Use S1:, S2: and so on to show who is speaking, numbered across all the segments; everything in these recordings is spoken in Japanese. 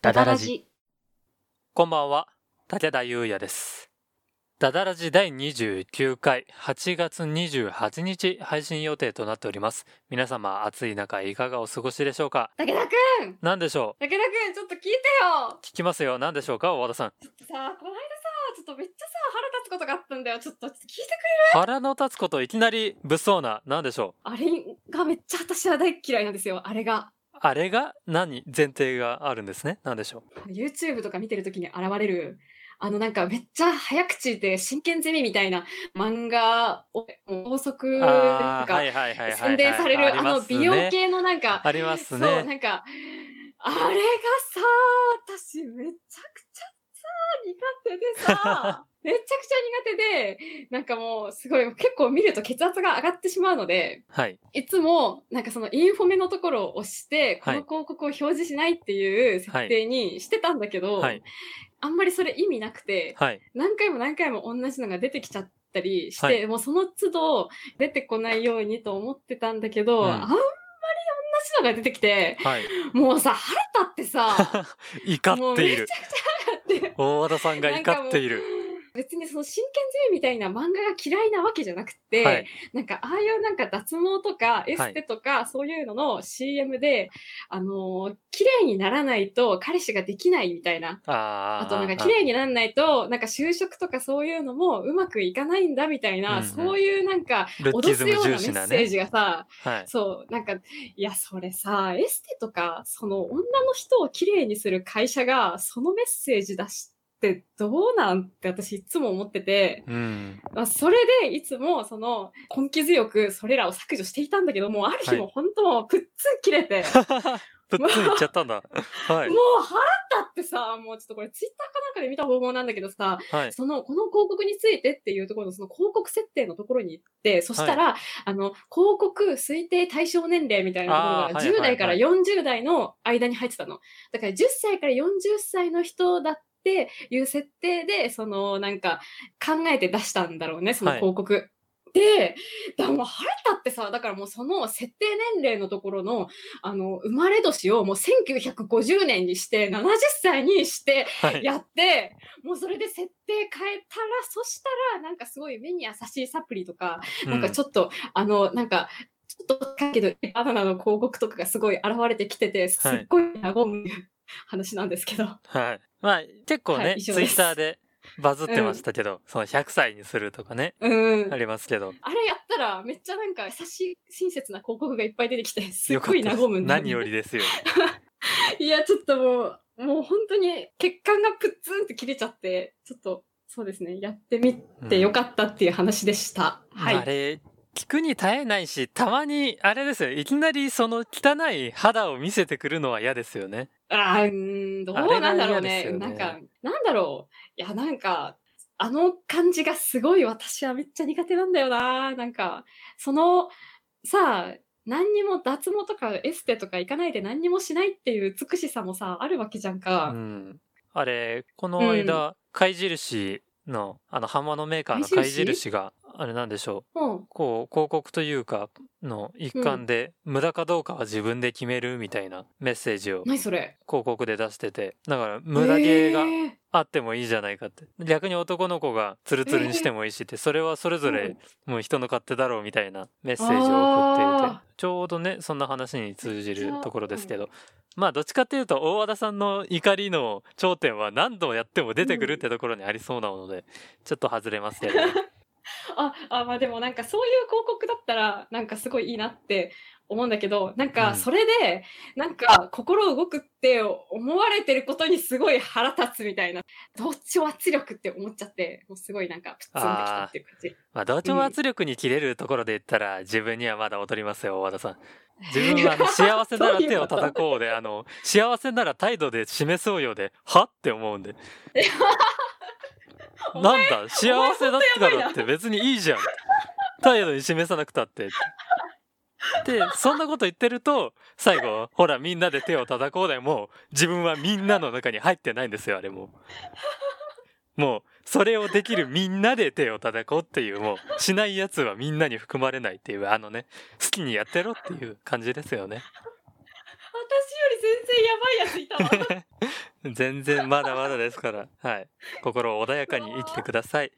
S1: ダダラジ。
S2: こんばんは、武田優也です。ダダラジ第29回8月28日配信予定となっております。皆様、暑い中いかがお過ごしでしょうか
S1: 武田くん
S2: 何でしょ
S1: 武田くんちょっと聞いてよ
S2: う聞きますよ。何でしょうか大和田さん。
S1: さあ、この間さ、ちょっとめっちゃさ、腹立つことがあったんだよ。ちょっと聞いてくれ
S2: 腹の立つこといきなり物騒な、何でしょ
S1: あれがめっちゃ私は大嫌いなんですよ。あれ
S2: う
S1: が。
S2: あれが何前提があるんですね。何でしょ
S1: YouTube とか見てるときに現れる、あのなんかめっちゃ早口で真剣ゼミみたいな漫画を、法則
S2: う
S1: と
S2: あー
S1: か
S2: はいはいはいはいはい。
S1: 宣伝される、あの美容系のなんか、
S2: あります
S1: そう、
S2: ね。
S1: なんか、あれがさ、私めちゃくちゃさ、苦手で さ、めちゃくちゃ苦手で、なんかもうすごい結構見ると血圧が上がってしまうので、
S2: はい。
S1: いつもなんかそのインフォメのところを押して、こ
S2: はい
S1: の広告を表示しないっていう設定にしてたんだけど、
S2: はい。
S1: あんまりそれ意味なくて、
S2: はい。
S1: 何回も何回も同じのが出てきちゃったりして、
S2: はい
S1: もうその都度出てこないようにと思ってたんだけど、
S2: うん
S1: あんまり同じのが出てきて、
S2: はい。
S1: もうさ、腹立ってさ、
S2: 怒
S1: も
S2: っ
S1: う
S2: て
S1: め
S2: い
S1: ちゃ
S2: る
S1: くち。ゃ腹立って。
S2: 大和田さんが怒っている。
S1: 別にその真剣ゼミみたいな漫画が嫌いなわけじゃなくて、
S2: はい。
S1: なんかああいうなんか脱毛とかエステとかそういうのの CM で、あのー綺麗にならないと彼氏ができないみたいな。
S2: あー
S1: あとなんか綺麗にならないと、なんか就職とかそういうのもうまくいかないんだみたいな、
S2: うんうん
S1: そういうなんか
S2: ルッ
S1: 脅
S2: キズ
S1: す
S2: ム
S1: ような
S2: 重
S1: メ
S2: 視な
S1: ッセー
S2: ね。
S1: ジがさ、
S2: はい。
S1: そう、なんか、いや、それさ、エステとか、その女の人を綺麗にする会社が、そのメッセージ出してどうなんって私いつも思ってて、
S2: うん。
S1: まあ、それでいつも、その、根気強くそれらを削除していたんだけど、もうある日
S2: はい
S1: も本当もうプッツン切れて、
S2: ぷっつんいっちゃったんだ。はい
S1: も。う腹立ってさ、もうちょっとこれツイッターかなんかで見た方法なんだけどさ、
S2: はい。
S1: その、この広告についてっていうところの、その広告設定のところに行って、そしたら、あの、広告推定対象年齢みたい
S2: あ
S1: な
S2: ー
S1: と
S2: はい
S1: こ
S2: は
S1: ろ
S2: い
S1: が、
S2: は
S1: 10
S2: い
S1: 代から40代の間に入ってたの。だから、10歳から40歳の人だっていう設定で、その、なんか、考えて出したんだろうね、その
S2: はい
S1: 広告。で、だからもう腹立ってさ、だからもうその設定年齢のところの、あの、生まれ年をもう1950年にして、70歳にして、
S2: はい。
S1: やって、もうそれで設定変えたら、そしたら、なんかすごい目に優しいサプリとか、なんかちょっと、あの、なんか、ちょっと高いけど、バナナの広告とかがすごい現れてきてて、すっごい和む話なんですけど。
S2: うんはい。まあ、結構
S1: は
S2: ね、
S1: い以
S2: ツイ
S1: 上です
S2: ッターでバズってましたけど、その100歳にするとかね、
S1: うん。
S2: ありますけど。
S1: あれやったら、めっちゃなんか優しい、親切な広告がいっぱい出てきて、すっ
S2: よか
S1: ご
S2: っ
S1: い
S2: た
S1: 和
S2: です
S1: むんだよね
S2: 何より ですよ。
S1: いや、ちょっともう、もう本当に血管がプッツンって切れちゃって、ちょっと、そうですね、やってみてよかったっていう話でした。は
S2: あ
S1: い。
S2: れ、聞くに耐えないし、たまに、あれですよ。いきなりその汚い肌を見せてくるのは嫌ですよね。
S1: あーうーん、ど
S2: あれ
S1: うなんだろ
S2: が嫌
S1: う
S2: で
S1: ね。
S2: すよね
S1: なんか、なんだろう。いや、なんか、あの感じがすごい私はめっちゃ苦手なんだよな。なんか、その、さあ、何にも脱毛とかエステとか行かないで何にもしないっていう美しさもさ、あるわけじゃん
S2: う
S1: か。
S2: ん。あれ、この間、貝印の、あの、浜のメーカーの
S1: 貝
S2: 貝
S1: 印
S2: 印が、あれなんでしょう。
S1: うん。
S2: こう広告というかの一環で、無駄かどうかは自分で決めるみたいなメッセージを
S1: 何それ
S2: 広告で出しててだから無駄毛が
S1: えー
S2: あってもいいじゃないかって、逆に男の子がツルツルにしてもいいしってそれはそれぞれもう人の勝手だろうみたいなメッセージを送っていて
S1: あ
S2: ちょうどねそんな話に通じるところですけど。まあどっちかっていうと大和田さんの怒りの頂点は何度やっても出てくるってところにありそうなので、ちょっと外れますけどね、
S1: あ、あ、まあでもなんかそういう広告だったらなんかすごいいいなって思うんだけど、なん
S2: うん
S1: かそれでなんか心動くって思われてることにすごい腹立つみたいな、同調圧力って思っちゃって、もうすごいなんかプツンってきたっていう感じ。
S2: まあ、同調圧力に切れるところで言ったら、自分にはまだ劣りますよ、大和田さん。自分はあの幸せなら手を叩こうで、あの、幸せなら態度で示そうよで、はって思うんで。
S1: お
S2: な
S1: 前
S2: んだ、幸せだったからって別にいいじゃん。態度に示さなくたって。で、そんなこと言ってると、最後、ほら、みんなで手を叩こうでもう、自分はみんなの中に入ってないんですよ、あれもう。もう、それをできるみんなで手を叩こうっていう、もう、しないやつはみんなに含まれないっていう、あのね、好きにやってろっていう感じですよね。
S1: 私より全然やばいやついたわ。
S2: 全然まだまだですから。はい。心穏やかに生きてください。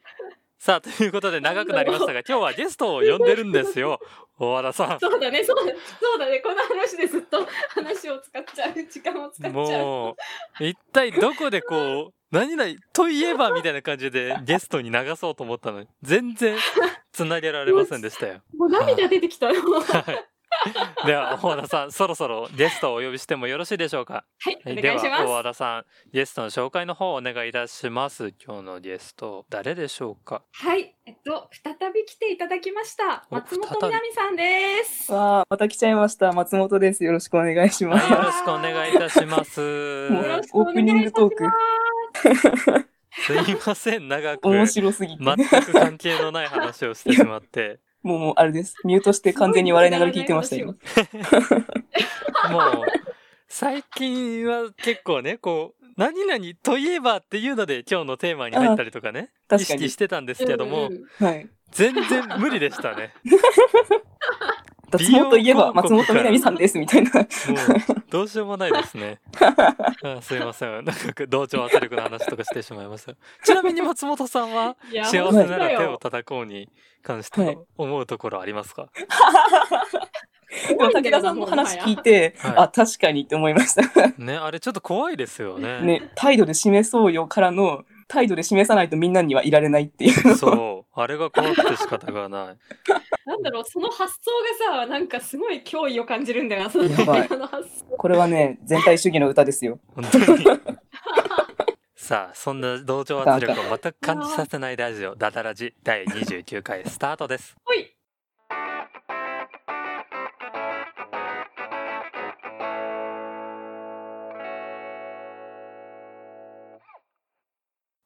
S2: さあ、ということで長くなりましたが、今日はゲストを呼んでるんですよ。大和田さ
S1: そうだね、そうだそうだね、この話でずっと話を使っちゃう、時間を使
S2: ん。
S1: っちゃう。
S2: もう、一体どこでこう、何々といえばみたいな感じでゲストに流そうと思ったのに、全然繋げられませんでした よ。
S1: もう涙出てきたよ。は
S2: はい。では、大和田さん、そろそろゲストをお呼びしてもよろしいでしょうか。
S1: い、
S2: はい
S1: お
S2: で
S1: 願い
S2: は
S1: し
S2: 大
S1: ま
S2: 和田さんゲストの紹介の方をお願いいたします今日のゲスト誰でしょうか
S1: す。はい、えっと、再び来ていただきました。
S2: お
S1: 松本
S2: 再び
S1: みなみさんです。よ
S3: わあ、また来ちゃいました。松本です。よろしくお願いしま
S2: は
S3: す。
S2: いよろしくお願いいたします
S3: もう
S1: ろしくお願いいたします
S3: オープニングトーク
S2: すいません長く
S3: 面
S2: 全
S3: 白すぎて。
S2: く関係のない話をしてしまって
S3: もう、もう、あれです。ミュートして完全に笑いながら聞いてました、
S1: すごい
S3: 今。
S2: もう最近は結構ねこう何々といえばっていうので今日のテーマに入ったりとかね意
S3: 確か
S2: 識
S3: に
S2: し。てたんですけども、
S1: うんうん
S3: はい。
S2: 全然無理でしたね
S3: 脱毛といえ
S2: 美
S3: ば、
S2: 容広
S3: 松
S2: 告
S3: 本みなみさんです、みたいな。
S2: もうどうしようもないです ね。あすいません。なんか同調圧力の話とかしてしまいました。ちなみに松本さんはい
S1: や
S2: 幸せなら手を叩こうに関し
S3: はい
S2: て思うところありますか、
S3: でも武田さんの話聞いて、
S2: はい
S3: あ、確かにって思いました。
S2: ね、あれちょっと怖いですよね。
S3: ね、態度で示そうよからの、態度で示さないとみんなにはいられないっていう。
S2: そう。あれが怖くて仕方がない。
S1: なんだろう、その発想がさ、なんかすごい脅威を感じるんだよな、その
S3: やばい
S1: あの発想。
S3: これはね、全体主義の歌ですよ。
S2: 本当 に。さあ、そんな同調圧力を全く感じさせないラジオ、ダダラジ第29回スタートです。
S1: ほい。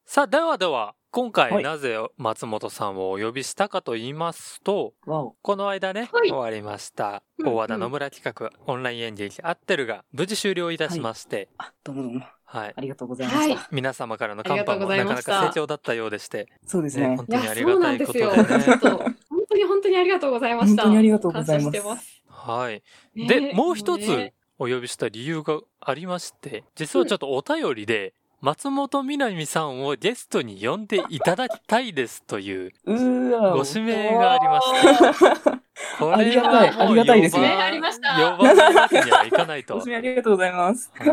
S2: さあ、ではでは、今回
S3: はい
S2: なぜ松本さんをお呼びしたかと言いますと、
S3: わお。
S2: この間ね、
S1: はい
S2: 終わりました。
S1: うんうん
S2: 大和田野村企画、オンライン演劇合ってるが、無事終了いたしまして、
S3: あ、どうもどうも。
S2: はい。
S3: ありがとうございました。
S1: は
S2: 皆様からの
S1: あり
S2: 乾
S1: がと
S2: 杯
S1: うご
S2: も
S1: ざ
S2: ないか
S1: ま
S2: な
S1: した
S2: か成長だったようでして、
S3: そうです
S2: ね、
S3: ね
S2: 本。
S1: い
S2: 当にあ
S1: や、
S2: り
S1: そ
S2: が
S1: う
S2: た
S1: ない
S2: こ
S1: んで
S2: と
S1: す
S2: で
S1: よ。
S2: ね。
S1: 本当本当に本当にありがとうございました。
S3: 本当にありがとうございま
S1: 感
S3: す
S1: 謝してます。
S2: はい。
S1: ね
S2: で、もう一
S1: も
S2: つ
S1: ね
S2: お呼びした理由がありまして、実はちょっとお便りで、松本みなみさんをゲストに呼んでいただきたいですという
S3: うーわ
S2: ご
S3: お。
S2: 指名がありました。こ
S3: ありがたい
S2: はもう
S3: ありがたいです
S1: ね
S2: 呼ば
S1: ありました
S2: 呼ばないわけにはいかないと
S3: ご。指名ありがとうございます。
S2: は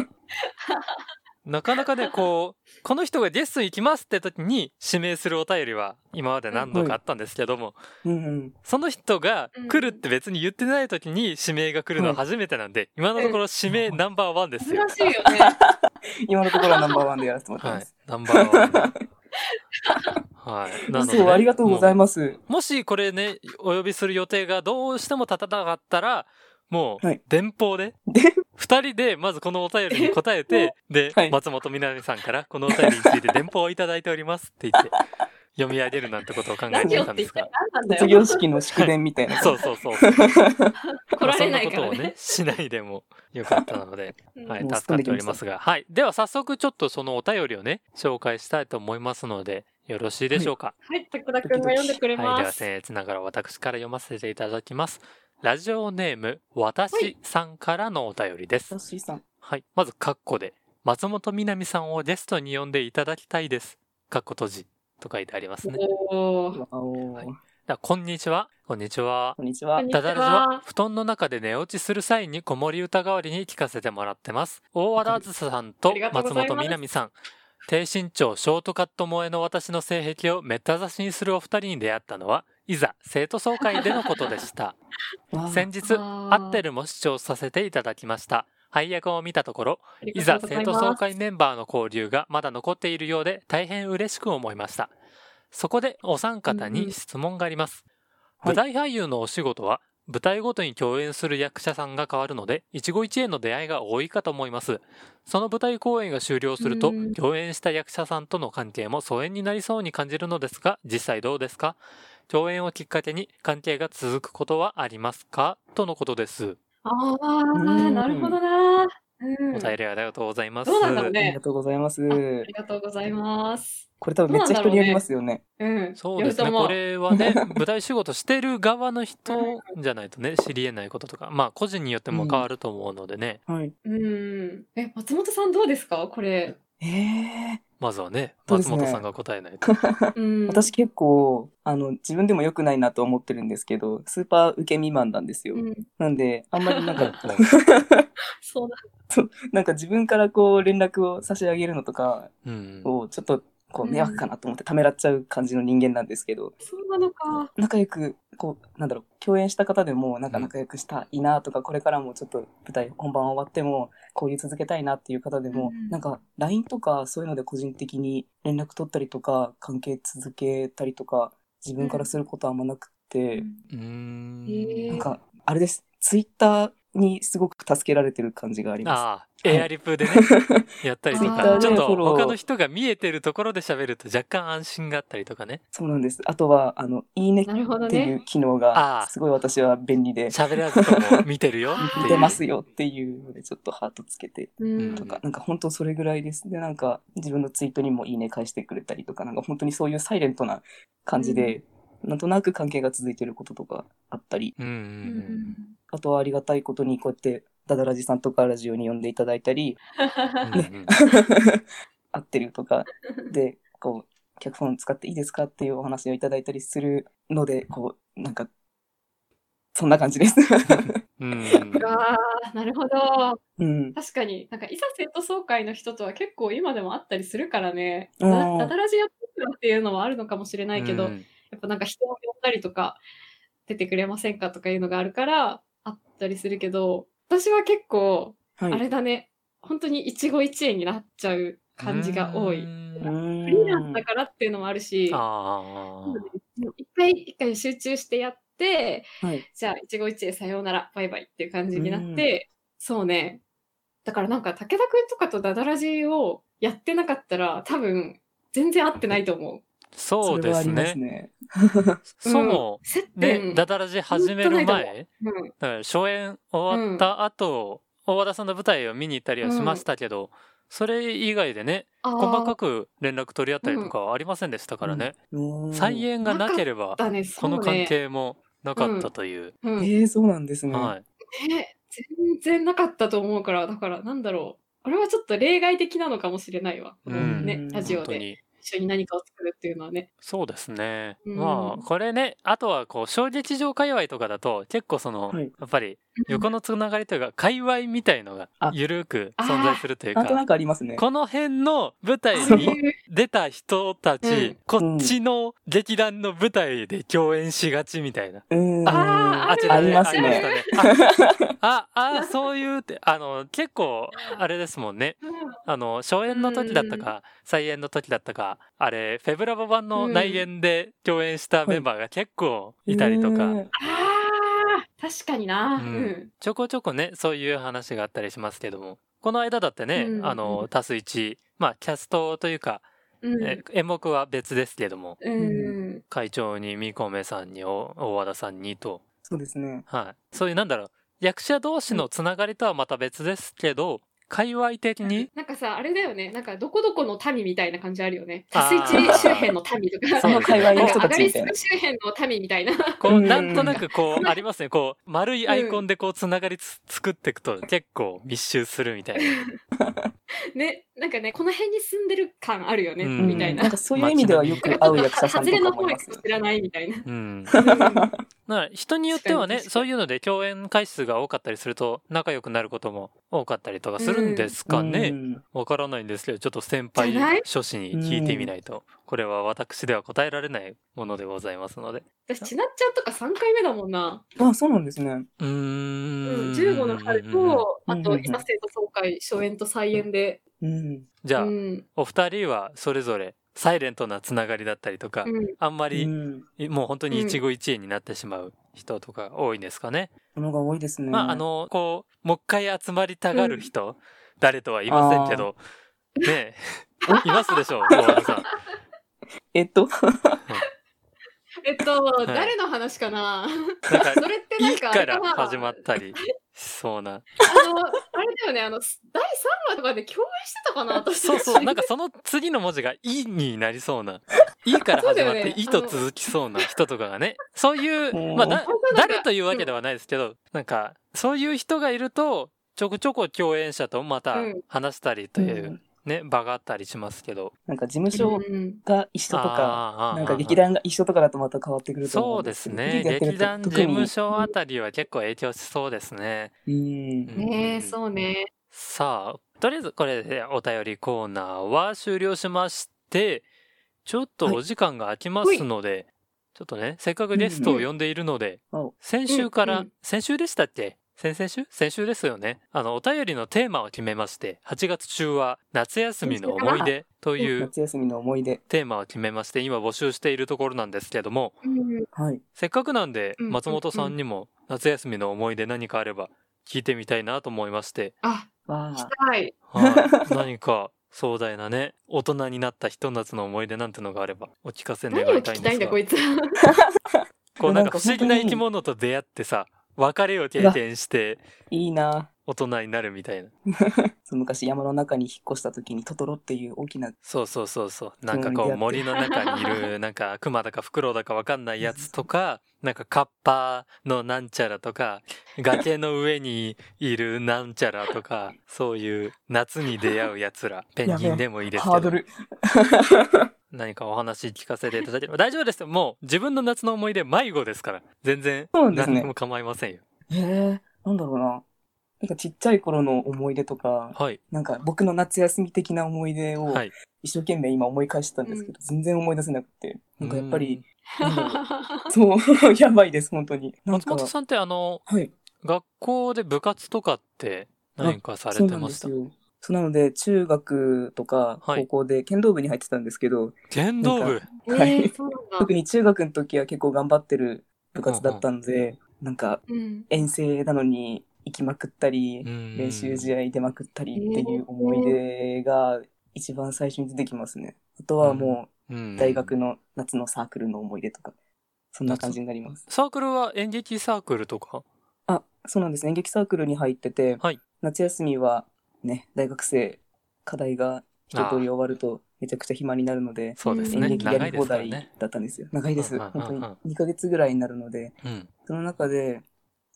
S2: いなかなかね、こう、この人がゲストに行きますって時に指名するお便りは今まで何度かあったんですけども、
S3: うんうん。
S2: その人が来るって別に言ってない時に指名が来るのは初めてなんで、今のところ指名ナンバーワンですよ。
S1: 珍しいよね。
S3: 今のところはナンバーワンでやらせてもら
S2: は
S3: ってま
S2: い
S3: す。、
S2: ナンバーワンで。 はい、なのでね
S3: そう、ありがとうございます。
S2: もうもしこれね、お呼びする予定がどうしても立たなかったら、も
S3: は
S2: う
S3: い、
S2: 電報で、
S3: で、
S2: 二人でまずこのお便りに答えてで、
S3: はい
S2: 松本みなみさんからこのお便りについて電報をいただいておりますって言って読み上げるなんてことを考え
S1: ラ
S2: て
S1: ジオ
S2: い
S1: った
S2: ん
S1: て
S2: で
S1: 一
S2: すが
S1: 体何なんだ
S3: 卒
S1: よ
S3: 業。式の祝電みたいな。
S2: そうそうそう
S1: 来られないか
S2: まあそんなこと
S1: ら
S2: をね
S1: ね。
S2: しないでもよかったので、はい、
S3: もう
S2: 助
S3: す
S2: か
S3: っ飛
S2: っ
S3: ん
S2: て
S3: でき
S2: お
S3: ま
S2: り
S3: した
S2: ますがはいでは早速ちょっとそのお便りをね紹介したいと思いますのでよろしいでしょうか、
S1: はい、武田くんが読んでくれ
S2: はい、で
S1: ま
S2: は
S1: す。
S2: 僭越ながら私から読ませていただきますラジオネーム私さんからのお便りです
S3: よしさん。
S2: はい。まず、カッコで、松本みなみさんをゲストに呼んでいただきたいです。カッコ閉じ。と書いてありますね。
S1: おー
S3: わお、
S2: はいだこんにちは。こんにちは
S3: こ。んにちは
S1: こん。にち
S2: ダダラジは布団の中で寝落ちする際に子守歌代わりに聞かせてもらってます。大和田あずささんと
S1: ありがとうご
S2: 松
S1: ざいます
S2: 本みなみさん。低身長ショートカット萌えの私の性癖をめった刺しにするお二人に出会ったのは、いざ生徒総会でのことで した。
S3: わあ
S2: 先日、
S1: あー
S2: 合ってるも視聴させていただきました。配役を見たところ、
S1: あり
S2: い
S1: が
S2: ざ
S1: とうござ
S2: 生
S1: い
S2: 徒
S1: ます
S2: 総会メンバーの交流がまだ残っているようで大変嬉しく思いました。そこでお三方
S1: うんう
S2: に
S1: ん
S2: 質問があります。
S3: はい
S2: 舞台俳優のお仕事は舞台ごとに共演する役者さんが変わるので一期一会の出会いが多いかと思います。その舞台公演が終了すると
S1: うん
S2: 共演した役者さんとの関係も疎遠になりそうに感じるのですが実際どうですか共演をきっかけに関係が続くことはありますかとのことです。
S1: ああ、
S3: うん
S1: なるほどな。うん
S2: お便りありがとうございます。
S1: どうなんだろう
S3: あり
S1: ね
S3: が。とうございます。
S1: ありがとうございます。
S3: これ多分めっちゃ人によりますよね。
S1: うん。
S2: そうですね。
S1: よりとも
S2: これは ね、舞台仕事してる側の人じゃないとね、知り得ないこととか、まあ個人によっても変わると思うのでね、
S3: はい。
S1: うん。え、松本さんどうですかこれ。
S3: ええ
S2: まずはね、
S3: そうで
S2: 松
S3: すね
S2: 本さんが答えない と。
S1: うん。
S3: 私結構、あの、自分でも良くないなと思ってるんですけど、スーパー受け未満なんですよ。
S1: うん、
S3: なんで、あんまりな んか、
S1: そうだ。
S3: なんか自分からこう連絡を差し上げるのとか
S2: うん。
S3: をちょっとこ
S1: う
S3: うん迷惑かなと思ってためらっちゃう感じの人間なんですけど、
S1: そうなのか。
S3: 仲良く、こう、なんだろう、共演した方でも、なんか
S2: うん
S3: 仲良くしたいなとか、これからもちょっと舞台本番終わっても、交流続けたいなっていう方でも、
S1: うん
S3: なんか LINE とかそういうので個人的に連絡取ったりとか、関係続けたりとか、自分からすることはあんまなくて、
S2: うーん
S1: へー
S3: なんか、あれです、ツイッターにすごく助けられてる感じがありま
S2: ああ、エアリプでね、やったりと
S1: Twitter
S2: か、
S1: で
S2: ちょっ
S3: フ
S2: と
S3: ォロー
S2: 他の人が見えてるところで喋ると若干安心があったりとかね、
S3: す。そうなんです。あとは、あの、いいね
S1: なるほど
S3: っていう
S1: ね。
S3: 機能
S2: あ
S3: が
S2: ー
S3: すごい私は便利で
S2: 喋らずとも見てるよ っていう。
S3: 出ますよっていうのでちょっとハートつけて
S1: う
S2: うん
S1: ん
S3: と。かなんか本当それぐらいですでなんか自分のツイートにも「いいね」返してくれたりとかなんか本当にそういうサイレントな感じで、なんとなく関係が続いてることとかあったり
S2: うんう
S1: うんん。
S3: あとはありがたいことにこうやってダダラジさんとかラジオに呼んでいただいたり
S2: うんうんうん。
S3: 会ってるとかでこう脚本使っていいですかっていうお話をいただいたりするのでこうなんかそんな感 じです。
S2: うん
S1: うわあ、なるほど。
S3: うん、
S1: 確かに、なんか、いざ生徒総会の人とは結構今でもあったりするからね。
S3: うん
S1: なだだらじやってるっていうのはあるのかもしれないけど、
S2: うん
S1: やっぱなんか人を呼んだりとか、出てくれませんかとかいうのがあるから、あったりするけど、私は結構、
S3: はい
S1: あれだね、本当に一期一会になっちゃう感じが多い。
S2: う
S1: フ
S2: ん
S3: うん
S1: リーランスだからっていうのもあるし、
S2: ああ。
S1: 一回一回集中してやって、
S3: はい
S1: じゃあ一期一会さようなら、バイバイっていう感じになって、そうね。だからなんか、武田くんとかとダダラジをやってなかったら、多分、全然合ってないと思
S2: そうです
S3: それはありま
S2: ね
S3: す。ね。
S1: う。
S2: そも、
S1: 接
S2: ね、
S1: 点。
S2: ダダラジ始める
S1: 本当ないと
S2: 前、
S1: うん
S2: だから初演終わった後、大和田さんの舞台を見に行ったりはしましたけど、それ以外でね、
S1: あー
S2: 細かく連絡取り合ったりとかはありませんでしたからね。
S3: うん。
S2: 再演がなければ、
S1: だね、
S2: この
S1: そうね
S2: 関係もなかったという。
S1: うん、ね
S3: ええそうなんですね。
S2: はい。
S1: 全然なかったと思うから、だからなんだろう。これはちょっと例外的なのかもしれないわ。この
S2: うん
S1: ね、ラジオ
S2: 本当
S1: で
S2: に。
S1: 一緒に何かを作るっていうのはね。
S2: そうですね。
S1: うん
S2: まあ、これね、あとはこう、小劇場界隈とかだと、結構その、
S3: はい
S2: やっぱり横のつながりというか、界隈みたいのが
S3: あ
S2: 緩く存在するという
S3: なんと
S2: か
S3: な、くありますね。
S2: この辺の舞台
S1: そう
S2: に
S1: いう
S2: 出た人たち、
S1: うん
S2: こっちの劇団の舞台で共演しがちみたいな。
S3: うん。
S1: あーある
S2: ちら
S3: ありますね
S2: ありましたねあ、ああ、そういうって、あの、結構、あれですもんね。あの、初演の時だったか、再演の時だったか、あれ、フェブラボ版の内演で共演したメンバーが結構いたりとか、
S3: うん
S1: ああ、確かにな。
S2: うんちょこちょこね、そういう話があったりしますけども、この間だってね、
S1: うん
S2: あの、タス1、まあ、キャストというか、
S1: うん。うん
S2: え演目は別ですけども、
S1: うん。
S2: 会長に三込さんにお大和田さんにと、
S3: そうですね。
S2: はい、そういうなんだろう役者同士のつながりとはまた別ですけど界隈的に
S1: なんかさ、あれだよね。なんか、どこどこの民みたいな感じあるよね。
S2: あ
S1: スイ
S2: ー
S1: ッチ周辺の民と か、
S2: そう
S3: の界隈
S1: な
S3: の
S1: ん
S3: 人
S1: か、
S3: た
S1: アガ
S3: ちみ
S1: リス
S3: たいな
S1: ク。周辺の民みたいな。
S2: こ
S3: う
S2: うんなんとなくこうありますねこう丸いアイコンでこうつながりつ作っていくと結構密集するみたいな。
S1: ね、なんかね、この辺に住んでる感あるよね、
S2: うん
S1: みたい
S3: な
S1: な。
S3: んかそういう意味ではよく会う役者さ
S1: 外
S3: んと
S1: れ
S3: か
S1: の
S3: も
S1: 方
S3: い
S1: が
S3: ますよね。
S1: 知らないみたいな。
S2: うん、だ
S1: うん
S2: から人によってはね
S1: 確かに確かに
S2: そういうので共演回数が多かったりすると仲良くなることも多かったりとかするんですか
S3: う
S2: ね
S3: ん
S2: わからないんですけどちょっと先
S1: じゃな
S2: 輩
S1: い
S2: 諸子に聞いてみないとこれは私では答えられないものでございますので。
S1: 私、ちなっちゃんとか3回目だもんな。
S3: あ、そうなんですね。
S2: うーん。
S1: 15の春と、あと、
S3: うん
S1: 伊佐生徒総会、初演と再演で。
S3: うん。
S2: じゃあ、
S1: うん
S2: お二人はそれぞれサイレントなつながりだったりとか、
S1: うん
S2: あんま
S3: う
S2: り、
S3: ん。
S2: もう本当に一期一会になってしまう人とか多いんですかね。
S3: ものが多いですね。
S2: まああのこうもう一回集まりたがる人、誰とは言いませんけどねえ いますでしょう大和田さん。
S3: えっと、
S1: えっと、誰の話か
S2: な
S1: な
S2: んか
S1: それっ
S2: 「
S1: て
S2: い」
S1: ないんか
S2: から始まったりしそうな。
S1: あの、あれだよね。あの、す第3話とかで共演してたかな、私
S2: そうそう、 なんかその次の文字が「い」になりそうな「い」から始まっ
S1: そうだよ
S2: て
S1: ね
S2: 「い」と続きそうな人とかがねそういう
S3: おー
S2: まあだ
S1: 本当なんか
S2: 誰というわけではないですけどなんかそういう人がいるとちょこちょこ共演者とまた
S1: うん
S2: 話したりというね場があったりしますけど。
S3: なんか事務所
S1: うん
S3: が一緒とか、
S2: あーあーあー
S3: なんか劇団が一緒とかだとまた変わってくると思
S2: そううん
S3: で
S2: ですす
S3: けど
S2: ね
S3: やってる
S2: 劇
S3: と
S2: 団事
S3: 特に
S2: 務所あたりは結構影響しそうですね。
S3: うん
S2: うん
S1: ねえ、そうね。
S2: さあとりあえずこれでお便りコーナーは終了しましてちょっと
S3: はい
S2: お時間が空きますので、ちょっとねせっかくゲストを呼んでいるので、
S3: うんお
S2: 先週から、
S1: うんうん
S2: 先週でしたっけ先々週先週ですよねあのお便りのテーマを決めまして8月中は夏休みの思い出という
S3: 夏休みの思い出。
S2: テーマを決めまして今募集しているところなんですけども
S1: うん
S3: はい。
S2: せっかくなんで
S1: うんうんうん
S2: 松本さんにも夏休みの思い出何かあれば聞いてみたいなと思いまして
S1: あ、
S3: わ
S1: し
S3: あ。
S1: たい。
S2: はい、何か壮大なね大人になったひと夏の思い出なんてのがあればお聞かせ願
S1: 何を
S2: いた
S1: 聞
S2: い
S1: き
S2: ん
S1: た
S2: で
S1: い
S2: す
S1: んだ、
S2: が
S1: こいつ。
S2: こうなんか
S3: なんか
S2: 不思議な
S3: 本当に
S2: 生き物と出会ってさ別れを経験して
S3: いいな。
S2: 大人になるみたいな
S3: そう昔山の中に引っ越した時にトトロっていう大きな
S2: そうそうそうそうなんかこ
S3: う
S2: うん森の中にいるなんかクマだかフクロウだかわかんないやつとかなんかカッパのなんちゃらとか崖の上にいるなんちゃらとかそういう夏に出会うやつらペンギンでもいいですけ
S3: ハー
S2: ど
S3: ドル。
S2: 何かお話聞かせていただければ大丈夫ですよもう自分の夏の思い出迷子ですから全然
S3: そうですね
S2: 何も構いませんよ、
S3: へえ、なんだろうな。なんかちっちゃい頃の思い出とか、
S2: はい
S3: なんか僕の夏休み的な思い出を
S2: はい
S3: 一生懸命今思い返してたんですけど、全然思い出せなくて。なんかやっぱり、なんだろうそう、 やばいです、本当に。
S2: うん
S3: なん
S2: 松
S3: か、
S2: 本さんってあの
S3: はい。
S2: 学校で部活とかって何かされ
S3: そう
S2: て
S3: なん
S2: ま
S3: で
S2: し
S3: す
S2: た
S3: よ。そうなので、中学とか
S2: はい
S3: 高校で剣道部に入ってたんですけど、
S2: 剣道
S3: な
S2: 部
S3: は
S1: え
S3: い
S1: ー、そうなんだ
S3: 特。に中学の時は結構頑張ってる部活だったので、なんか
S1: うん。
S3: 遠征なのに行きまくったり、練
S2: 練
S3: 習試合出まくったりっていう思い出が一番最初に出てきますね。あとはもう大学の夏のサークルの思い出とか、そんな感じになります。
S2: サークルは演劇サークルとか
S3: あ、そうなんですね。演劇サークルに入ってて、
S2: はい
S3: 夏休みはね、大学生、課題が一通り終わるとめちゃくちゃ暇になるので、
S2: そうです
S3: 演
S2: ね
S3: 劇や
S2: 長
S3: り
S2: いで
S3: 放
S2: すから
S3: 題
S2: ね、
S3: だったんですよ。長いです。
S2: うんうんうんうん
S3: 本当に2ヶ月ぐらいになるので、
S2: うん、
S3: その中で、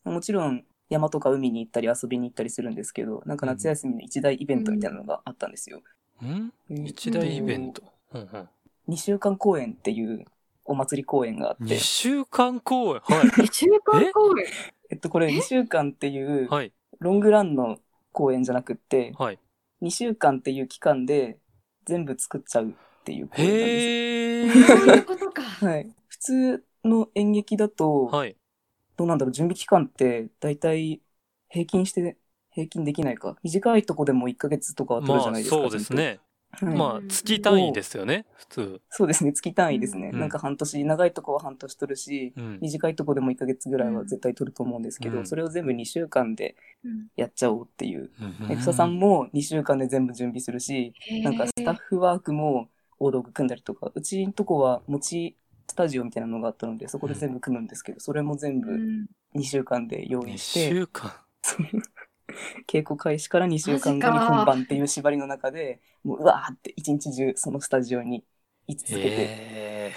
S3: もちろん山とか海に行ったり遊びに行ったりするんですけど、なんか夏休みの一大イベントみたいなのがあったんですよ。
S2: うん、
S3: えー
S2: 一大イベン。ト、うんうん、
S3: 2週間公演っていうお祭り公演があって
S2: 2、週間公演はい
S1: え中間 公演。
S3: えっと、これ2週間っていう
S2: はい
S3: ロングランの公演じゃなくって、
S2: はい
S3: 2週間っていう期間で全部作っちゃうっていう公演なんで
S2: へえ
S1: そういうことか。
S3: す。はい。普通の演劇だと、
S2: はい
S3: どうなんだろう、準備期間って大体平均して、平均できないか。短いとこでも1ヶ月とかは取
S2: ま
S3: るじゃ
S2: あ
S3: ないですか。
S2: そうですね
S3: ちゃんと。は
S2: ま
S3: い
S2: あ月単位ですよね普通、
S3: そうですね、月単位ですね。
S2: うん
S3: なんか半年、長いとこは半年取るし、
S2: うん、
S3: 短いとこでも1ヶ月ぐらいは絶対取ると思うんですけど、
S2: うん
S3: それを全部2週間で
S1: うん
S3: やっちゃおうっていう。
S2: エ
S3: エクサさんも2週間で全部準備するし、なんかスタッフワークも大道具組んだりとか、うちんとこは持ちスタジオみたいなのがあったので、そこで全部組むんですけど、それも全
S1: う
S3: 部
S1: ん
S3: 2週間で用
S2: 2
S3: 意して、
S2: 週間
S3: そう 稽古開始から2週間後に
S1: マジか
S3: 本番っていう縛りの中でもううわーって一日中そのスタジオに居続けて
S2: え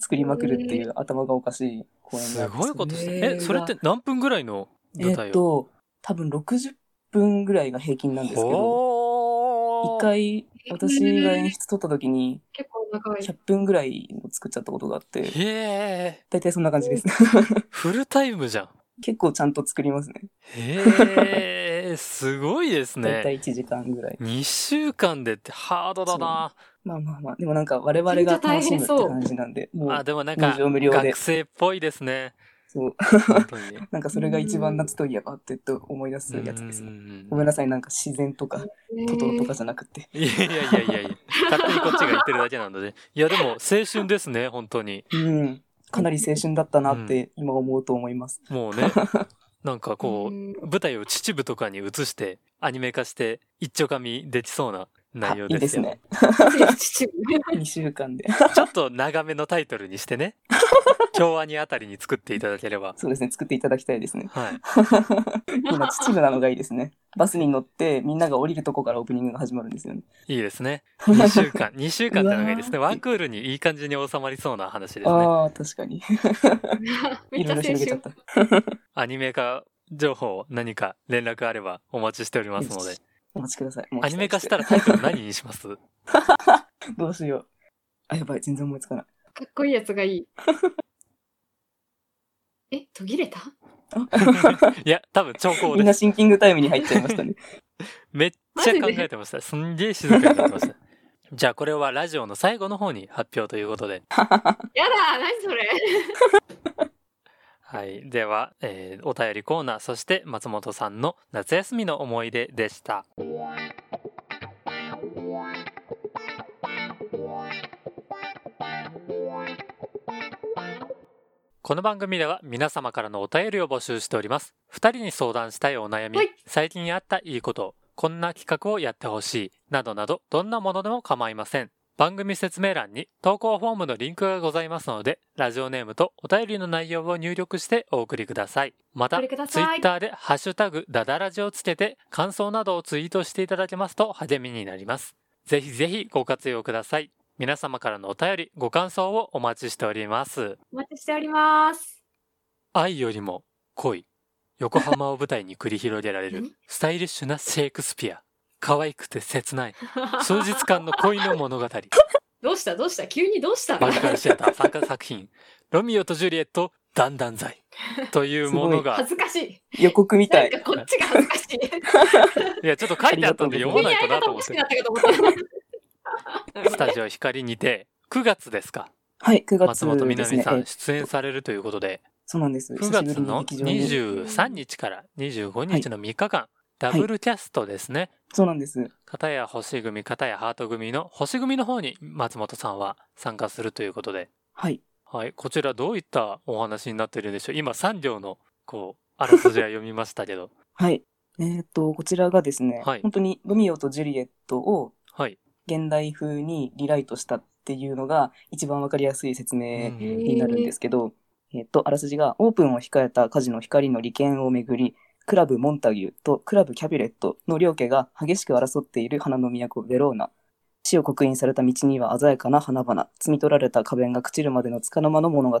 S3: 作りまくるっていう頭がおかしい
S2: ー、
S3: 公演
S2: す
S3: が
S2: ごいことです
S3: が
S2: ねえそれって何分ぐらいの舞
S3: え
S2: 台
S3: っ
S2: を、
S3: と多分60分ぐらいが平均なんですけど
S2: ほ
S3: 一
S2: ー
S3: 回私が演出取った時に
S1: 結構長い。
S3: 100分ぐらいの作っちゃったことがあって
S2: へえ
S3: 大体そんな感じです
S2: フルタイムじゃん
S3: 結構ちゃんと作りますね
S2: へ えすごいです
S3: 大
S2: ね
S3: 体1時間ぐらい
S2: 2週間でってハードだな
S3: まあまあまあでもなんか我々が楽しむって感じなんでも
S2: あ
S3: う
S2: でもなん
S3: 入
S2: か
S3: 場無料で
S2: 学生っぽいですね
S3: そう
S2: 本当に
S3: なんかそれが一番夏といえばってと思い出すやつです
S2: う
S3: ね。
S2: ん
S3: ごめんなさい、なんか自然とか、トトロとかじゃなくて。
S2: いやいやいやいやいや勝手にこっちが言ってるだけなのでいやでも青春ですね本当に
S3: うん。かなり青春だったなって今思うと思います。
S2: もうねなんかこう
S1: うん
S2: 舞台を秩父とかに移してアニメ化して一丁紙できそうな内容
S3: あいい
S2: で
S3: ですす
S2: よ。
S3: ね。
S1: 父
S3: 2週間で。
S2: ちょっと長めのタイトルにして ね。京アニあたりに作っていただければ。
S3: そうですね。作っていただきたいですね。
S2: はい。
S3: 今、秩父なのがいいですね。バスに乗って、みんなが降りるとこからオープニングが始まるんですよね。
S2: いいですね。2週間。2週間ってのがいいですね。
S3: うわー
S2: ワンクールにいい感じに収まりそうな話ですね。
S3: ああ、確かに。
S1: め
S3: い
S1: っち
S3: ろ
S1: ゃ青
S3: いろ広げちゃっ
S1: 春。
S3: た。
S2: アニメ化情報何か連絡あればお待ちしておりますので。
S3: お待ちください。もう
S2: アニメ化した
S3: ら。
S2: らタイトル何にします
S3: どうしよう。あ、やばい。全然思いつかない。
S1: かっこいいやつがいい。え、途切れた
S2: いや、多分兆候
S3: みん
S2: で
S3: な
S2: す。
S3: シンキングタイムに入っちゃいましたね。
S2: めっちゃ考えてました。すんげえ静かになってました。じゃあこれはラジオの最後の方に発表ということで。
S1: やだ何それ
S2: はい。では、えーお便りコーナー、そして松本さんの夏休みの思い出でした。この番組では皆様からのお便りを募集しております。二人に相談したいお悩み
S1: はい、
S2: 最近あったいいこと、こんな企画をやってほしい、などなど、どんなものでも構いません。番組説明欄に投稿フォームのリンクがございますので、ラジオネームとお便りの内容を入力してお送りください。また、
S1: お
S2: ツ
S1: 送
S2: イ
S1: りください
S2: ッターでハッシュタグダダラジをつけて感想などをツイートしていただけますと励みになります。ぜひぜひご活用ください。皆様からのお便り、ご感想をお待ちしております。
S1: お待ちしております。
S2: 愛よりも恋。横浜を舞台に繰り広げられる
S1: 何
S2: スタイリッシュなシェイクスピア。可愛くて切ない。数日間の恋の物語。
S1: どうしたどうした急にどうした
S2: バンカーシアター参加作品「ロミオとジュリエット断断罪」というものが
S1: 恥ずかしい。
S3: 予告みた
S1: なん
S3: い
S1: か。こっちが恥ずか しい。
S2: いやちょっと書いてあったんで
S3: ありがと
S2: 読
S3: うご
S2: ま
S1: 急
S2: ない
S1: に相
S2: とな
S1: 方
S2: と
S1: お
S2: 思
S1: か
S2: っ
S1: してくなったかと思った。
S2: スタジオ光にて9月ですか
S3: はい、9月
S2: 松本み
S3: で
S2: な
S3: す
S2: み
S3: ね。
S2: さ
S3: え
S2: ん出演されるということで
S3: そうなんです。
S2: 9
S3: 久しぶ
S2: 月
S3: りに
S2: の
S3: 劇場に。
S2: 23日から25日の3日間ダブルキャストですね
S3: そうなんです。
S2: 片や星組片やハート組の星組の方に松本さんは参加するということで
S3: はい。
S2: はい、こちらどういったお話になっているでしょう今3行のこうあらすじは読みましたけど
S3: はい。えっ、と、こちらがですね、
S2: はい
S3: 本当にロミオとジュリエットを
S2: はい、
S3: 現代風にリライトしたっていうのが一番わかりやすい説
S2: う
S3: 明
S2: ん
S3: になるんですけど、えっ、と、あらすじがオープンを控えたカジノ光の利権をめぐり、クラブモンタギュとクラブキャビュレットの両家が激しく争っている花の都ベローナ。死を刻印された道には鮮やかな花々、摘み取られた花弁が朽ちるまでの束の間の物語。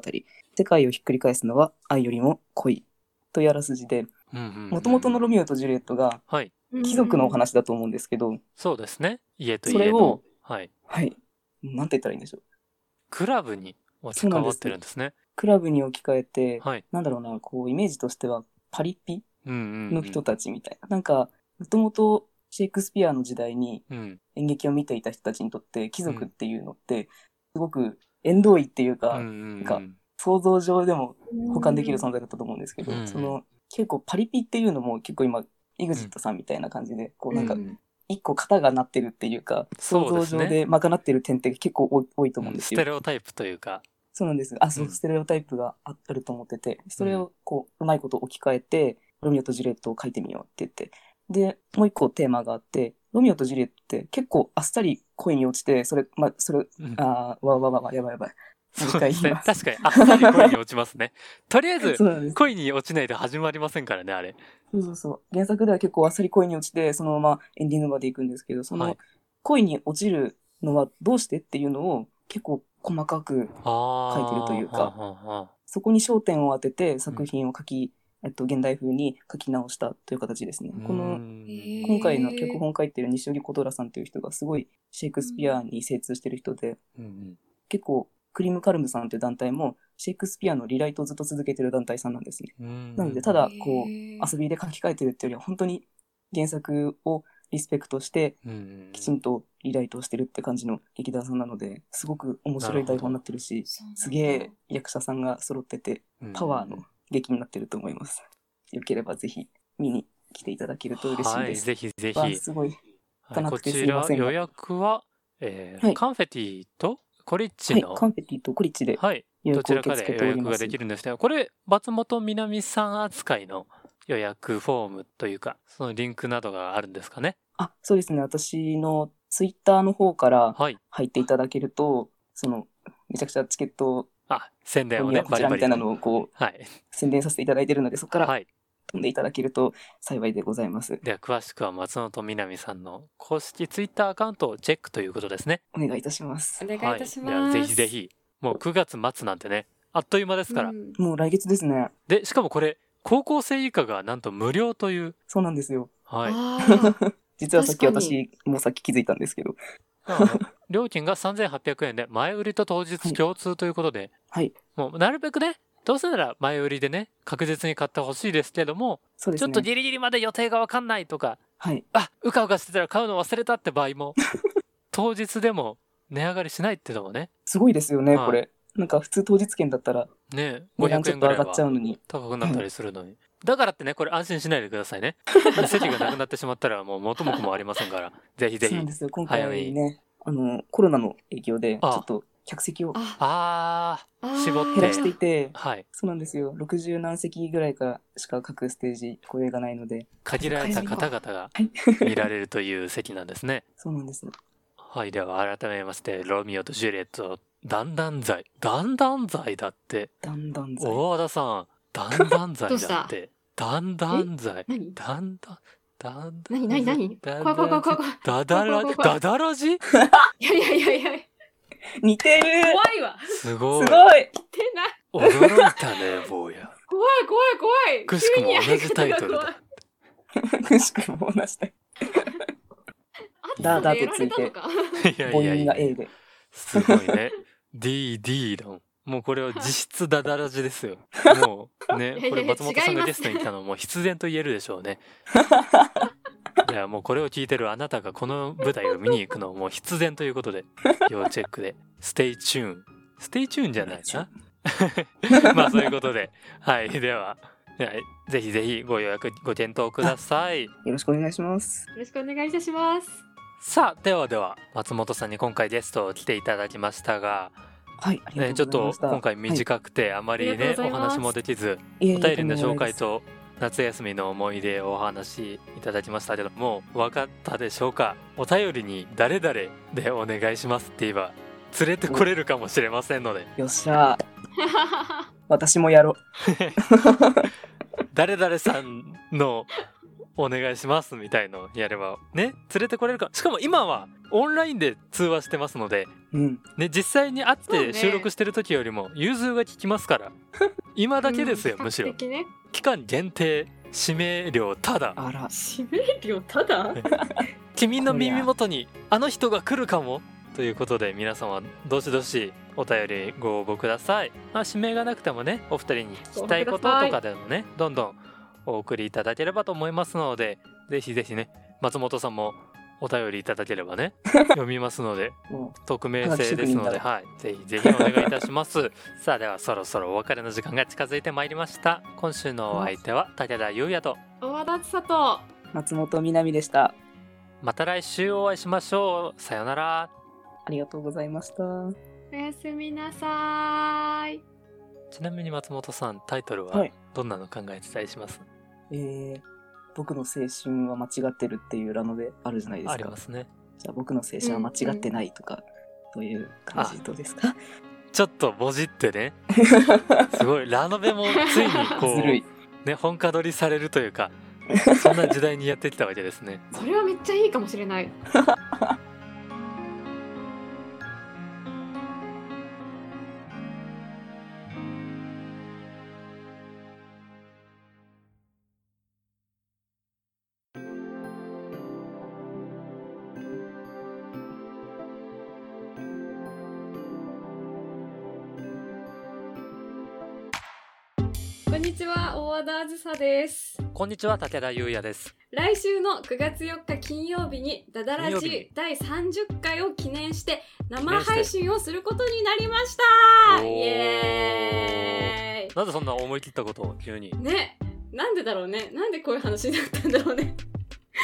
S3: 世界をひっくり返すのは愛よりも恋。というあらすじで、もともとのロミオとジュリエットが
S2: はい、
S3: 貴族のお
S1: うん。
S3: 話だと思うんですけど、
S2: そうですね。家と
S3: そ
S2: 家
S3: れを
S2: の、、はい、
S3: はい、なんて言ったらいいんでしょう。
S2: クラブに置き換わってるんですね。
S3: クラブに置き換えて、
S2: はい、
S3: なんだろうな、こう、イメージとしては、パリピ
S2: うんうんうん、
S3: の人たちみたいな。なんか、もともとシェイクスピアの時代に
S2: うん、
S3: 演劇を見ていた人たちにとって、貴族っていうのって、すごく縁遠いっていうか、
S2: うんうんうん
S3: なんか想像上でも保管できる
S1: そ
S3: 存在だったと思うんですけど、
S2: うん
S3: その、結構パリピっていうのも結構今、エグジットさんみたいな感じで、こうなんか
S1: う、
S3: 一個型がなってるっていうか、
S2: そう
S3: 想
S2: で
S3: 像
S2: す
S3: 上
S2: ね。
S3: で賄ってる点って結構多い多いと思うん
S2: うん
S3: で
S2: ス
S3: すよ
S2: テ。レオタイプというか、
S3: そうなんです。あ、そうう、
S2: ん
S3: ステレオタイプがああると思ってて、それをこう、うまいこと置き換えて、ロミオとジュリエットを書いてみようって言って。で、もう一個テーマがあって、ロミオとジュリエットって結構あっさり恋に落ちて、それ、まあ、それ、
S2: うん
S3: あーわわわわ、やばいやばい。
S2: そうですね
S3: もう一回言いま。す
S2: 確かにあっさり恋に落ちます ね。とりあえず
S3: そうなんです。
S2: 恋に落ちないと始まりませんからねあれ。
S3: そうそうそう。原作では結構あっさり恋に落ちて、そのままエンディングまで行くんですけど、そ
S2: は
S3: の
S2: い
S3: 恋に落ちるのはどうしてっていうのを結構細かく
S2: ああ。
S3: 書いてるというか
S2: はあはあはあ
S3: そこに焦点を当てて作品を書き、えっと、現代風に書き直したという形ですね。こ
S2: う
S3: の
S2: ん
S1: へー
S3: 今回の脚本を書いてる西荻琴浦さんという人がすごいシェイクスピアに精通してる人で
S2: うんうん
S3: 結構クリムカルムさんという団体もシェイクスピアのリライトをずっと続けてる団体さんなんですね。
S2: うん
S3: なのでただこう
S1: 遊
S3: 遊びで書き換えてるっていうよりは本当に原作をリスペクトして
S2: うんうん
S3: きちんとリライトをしてるって感じの劇団さんなのですごく面白い台本になってるしすげえ役者さんが揃ってて
S2: うん
S3: パワーの劇になってると思います。よければぜひ見に来ていただけると嬉しい
S2: は
S3: で
S2: い
S3: す。
S2: ぜひぜひ。
S3: わあすごい。
S2: はい
S3: な
S2: こ
S3: くて
S2: ち
S3: すいま
S2: ら
S3: せんが
S2: 予約は、えー
S3: はい
S2: カンフェティとコリッチ
S3: はい、
S2: の、
S3: カンペティとコリッチで
S2: はい、
S3: 予
S2: ど
S3: 約
S2: ち
S3: を
S2: ら
S3: 受
S2: か
S3: け付
S2: で
S3: け
S2: 予
S3: ており
S2: 約
S3: ま
S2: が
S3: す。
S2: できるんですけど、これ、松本みなみさん扱いの予約フォームというか、そのリンクなどがあるんですかね。
S3: あ、そうですね。私のツイッターの方から
S2: はい。
S3: 入っていただけると、その、めちゃくちゃチケット
S2: あ、宣伝を
S3: に
S2: ね
S3: は、こ
S2: バ
S3: ち
S2: リ
S3: ら
S2: バ
S3: み
S2: リ
S3: たいなのをこう、
S2: はい。
S3: 宣伝させていただいてるので、そこから
S2: はい。
S3: 飛んでいただけると幸いでございます。
S2: では、詳しくは松本みなみさんの公式ツイッターアカウントをチェックということですね。
S3: お願いいたします
S1: お。願いいたします。
S2: はではぜひぜひ。もう9月末なんてね、あっという間ですから。
S1: うん
S3: もう来月ですね。
S2: で、しかもこれ、高校生以下がなんと無料という、
S3: そうなんですよ。
S2: はい。
S1: あー
S3: 実はさっき
S1: 確かに
S3: 私、もうさっき気づいたんですけど。
S2: あの料金が3800円で前売りと当日共通ということで、
S3: はい
S2: もうなるべくねどうせなら前売りでね確実に買ってほしいですけども、
S3: そうで
S2: ち
S3: す
S2: ょっ
S3: ね。
S2: とギリギリまで予定が分かんないとか
S3: はい。
S2: あうかうかしてたら買うの忘れたって場合 も当日でも値上がりしないってのもね
S3: すごいですよね、
S2: はい
S3: これ。なんか普通当日券だったら、
S2: ね
S3: 値段ち
S2: 500
S3: ょ
S2: 円ぐ
S3: っと
S2: ら
S3: 上
S2: い
S3: がっちゃ
S2: は
S3: うのに。
S2: 高くなったりするのにだからってねこれ安心しないでください ね席がなくなってしまったらもう元も子もありませんからぜひぜ
S3: そう
S2: ひ
S3: なんですよ。今回
S2: 早い
S3: ね、あの、コロナの影響で、ち
S2: ああ
S3: ょっと客席を
S1: あ
S2: あ
S1: あ ー
S2: 絞って
S3: 減らしていて、
S2: ーはい
S3: そうなんですよ。60何席ぐらいからしか各ステージ公演がないので、
S2: 限られた方々が
S3: はい。
S2: 見られるという席なんですね。
S3: そうなんです。
S2: はい、では改めまして、ロミオとジュリエット、だんだん罪。だんだん罪だって。
S3: だんだん
S2: 大和田さん、だんだん
S1: ど
S2: 罪
S1: うし
S2: だ
S1: た
S2: って。だんだん罪。
S1: 何
S2: だんだん、だんだん罪。
S1: 何何何
S2: だんだん罪
S1: 怖い怖い怖い怖い怖い。
S2: だだら
S1: 怖い怖い怖
S2: だ
S1: い
S2: だらじ
S1: いやいやいやいや、
S3: 似てる
S1: 怖いわ。
S2: す
S3: す
S2: ご
S3: ご
S2: い
S3: い。
S1: てな、
S2: 驚いたね、坊 や。
S1: 怖い怖い怖い。
S2: くしくも
S1: 急に
S2: 同じタイトル
S1: やる
S2: だ。
S3: くしくも同じだ。
S1: ことが
S3: だだ
S1: あ
S3: っ
S1: ってて
S3: ついて
S1: やられたのか
S2: いや
S3: 母
S2: いや
S3: 音
S2: いや、
S3: が A で。
S2: すごい ね。DD 論。もうこれは実質ダダラジです よ。もうね
S1: いやいや、
S2: これ松本さん
S1: 違い
S2: が
S1: ます
S2: ゲストに来たのも必然と言えるでしょう ね。いや、もうこれを聞いてるあなたがこの舞台を見に行くのも必然ということで、要チェックで。ステイチューン。ステイチューンじゃない な。まあそういうことで。はい、では。はい、ぜひぜひご予約ご検討ください。
S3: よろしくお願いします。
S1: よろしくお願いいたし ます。
S2: さあ、ではでは、松本さんに今回ゲストを来ていただきましたが、
S3: はい、ありが
S2: ね、ちょ
S3: とう
S2: っ
S3: ございま
S2: と
S3: した。
S2: 今回短くてあまり
S1: あり
S2: ね、
S1: がとうござ
S2: お
S1: います
S2: 話もできず
S3: いえい
S2: お便
S3: え
S2: りの紹介。
S3: とんでもない
S2: と夏休みの思い出をお話しいただきましたけどもう分かったでしょうかお便りに「誰々でお願いします」って言えば連れてこれるかもしれませんので
S3: ですよっしゃー。私もやろう。
S2: 「誰々さんのお願いします」みたいのをやればね連れてこれるかしかも今はオンラインで通話してますので
S3: うん。
S2: ね、実際に会っ
S1: そう
S2: て
S1: ね
S2: 収録してる時よりも融通が利きますから、今だけですよ、
S1: うん
S2: むしろ
S1: 比較的ね、
S2: 期間限定指名料ただ
S3: あら。
S1: 指名料ただ
S2: 君の耳元にあの人が来るかもということで皆様どしどしお便りご応募ください、まあ、指名がなくてもねお二人に聞きたいこととかでもねどんどんお送りいただければと思いますのでぜひぜひね松本さんもお便りいただければね読みますので
S3: も
S2: 匿名性ですので、はい、ぜひぜひお願いいたします。さあ、ではそろそろお別れの時間が近づいてまいりました。今週のお相手は武田優也と、
S1: 大和田千里
S3: う松本みなみでした。
S2: また来週お会いしましょう。さようなら。
S3: ありがとうございました。
S1: おやすみなさーい
S2: ちなみに松本さん、タイトル
S3: は
S2: はいどんなの考えてたりします、
S3: えー、僕の青春は間違ってるっていう裏のであるじゃないで
S2: あ
S3: す
S2: り
S3: か。
S2: ますね。
S3: じゃあ僕の青春は間違ってないとか、という感じどうですか
S2: ちょっともじって ね、すごい、ラノベもついにこ
S3: ずるい。
S2: う、ね、本家取りされるという か、そんな時代にやってきたわけですね。
S1: それはめっちゃいいかもしれないこんにちは大和田あずさです
S2: こんにちは、武田優也です。
S1: 来週の9月4日金曜日にダダラ
S2: 金曜日に
S1: ジ第30回を記念して生
S2: 念して
S1: 配信をすることになりまし
S2: お
S1: た
S2: ー
S1: イエー
S2: なぜそんな思い切ったことを急に
S1: イねなんでだろうねなんでこういう話になったんだろうね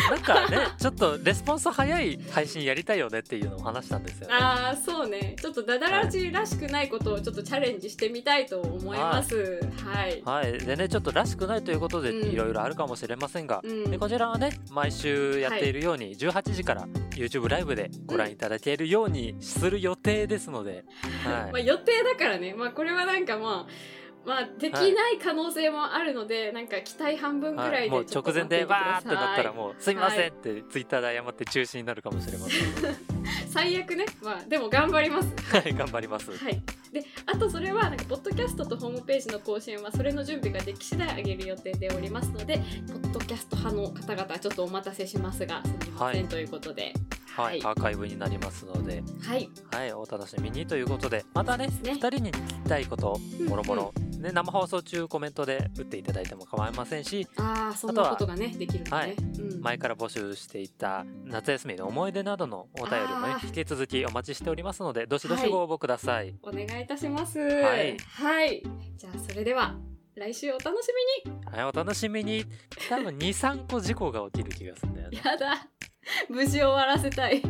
S2: なんかねちょっとレスポンス早い配信やりたいよねっていうのを話したんですよね
S1: ああそうねちょっとダダラジらしくないことをちょっとチャレンジしてみたいと思いますはい、
S2: はいでねちょっとらしくないということで
S1: うん
S2: いろいろあるかもしれませんが、
S1: うん
S2: でこちらはね毎週やっているように18時から YouTube ライブでご覧いただけるようにする予定ですので、はい
S1: まあ、予定だからねまあこれはなんかまあまあできない可能性もあるので、なんか期待半分くら
S2: はいい、も
S1: で
S2: う
S1: ちょっと
S2: 直前でわーってなったら
S1: 待
S2: もう「すいません」ってツイッターで謝って中止になるかもしれません
S1: ってください最悪ねまあでも頑張ります
S2: はい頑張ります
S1: はい、であとそれはなんかポッドキャストとホームページの更新はそれの準備ができ次第上げる予定でおりますのでポッドキャスト派の方々ちょっとお待たせしますがすみません、
S2: はい
S1: ということで
S2: は
S1: はいい
S2: アーカイブになりますので
S1: はい
S2: はい、お楽しみにということで、またね、
S1: そうです
S2: 二
S1: ね
S2: 人に聞きたいこと、もろもろ、ね、生放送中コメントで打っていただいても構いませんし、
S1: ああそんなことがねできるのね、
S2: はい
S1: うん
S2: 前から募集していた夏休みの思い出などのお便りもね
S1: あ、ー
S2: 引き続きお待ちしておりますので、どしどしご応募ください。
S1: お願いいたします
S2: はい
S1: はい、じゃあそれでは来週お楽しみ
S2: はい、お楽しみに。多分2、3個事故が起きる気がするんだよ
S1: に
S2: ね。
S1: やだ無事終わらせたい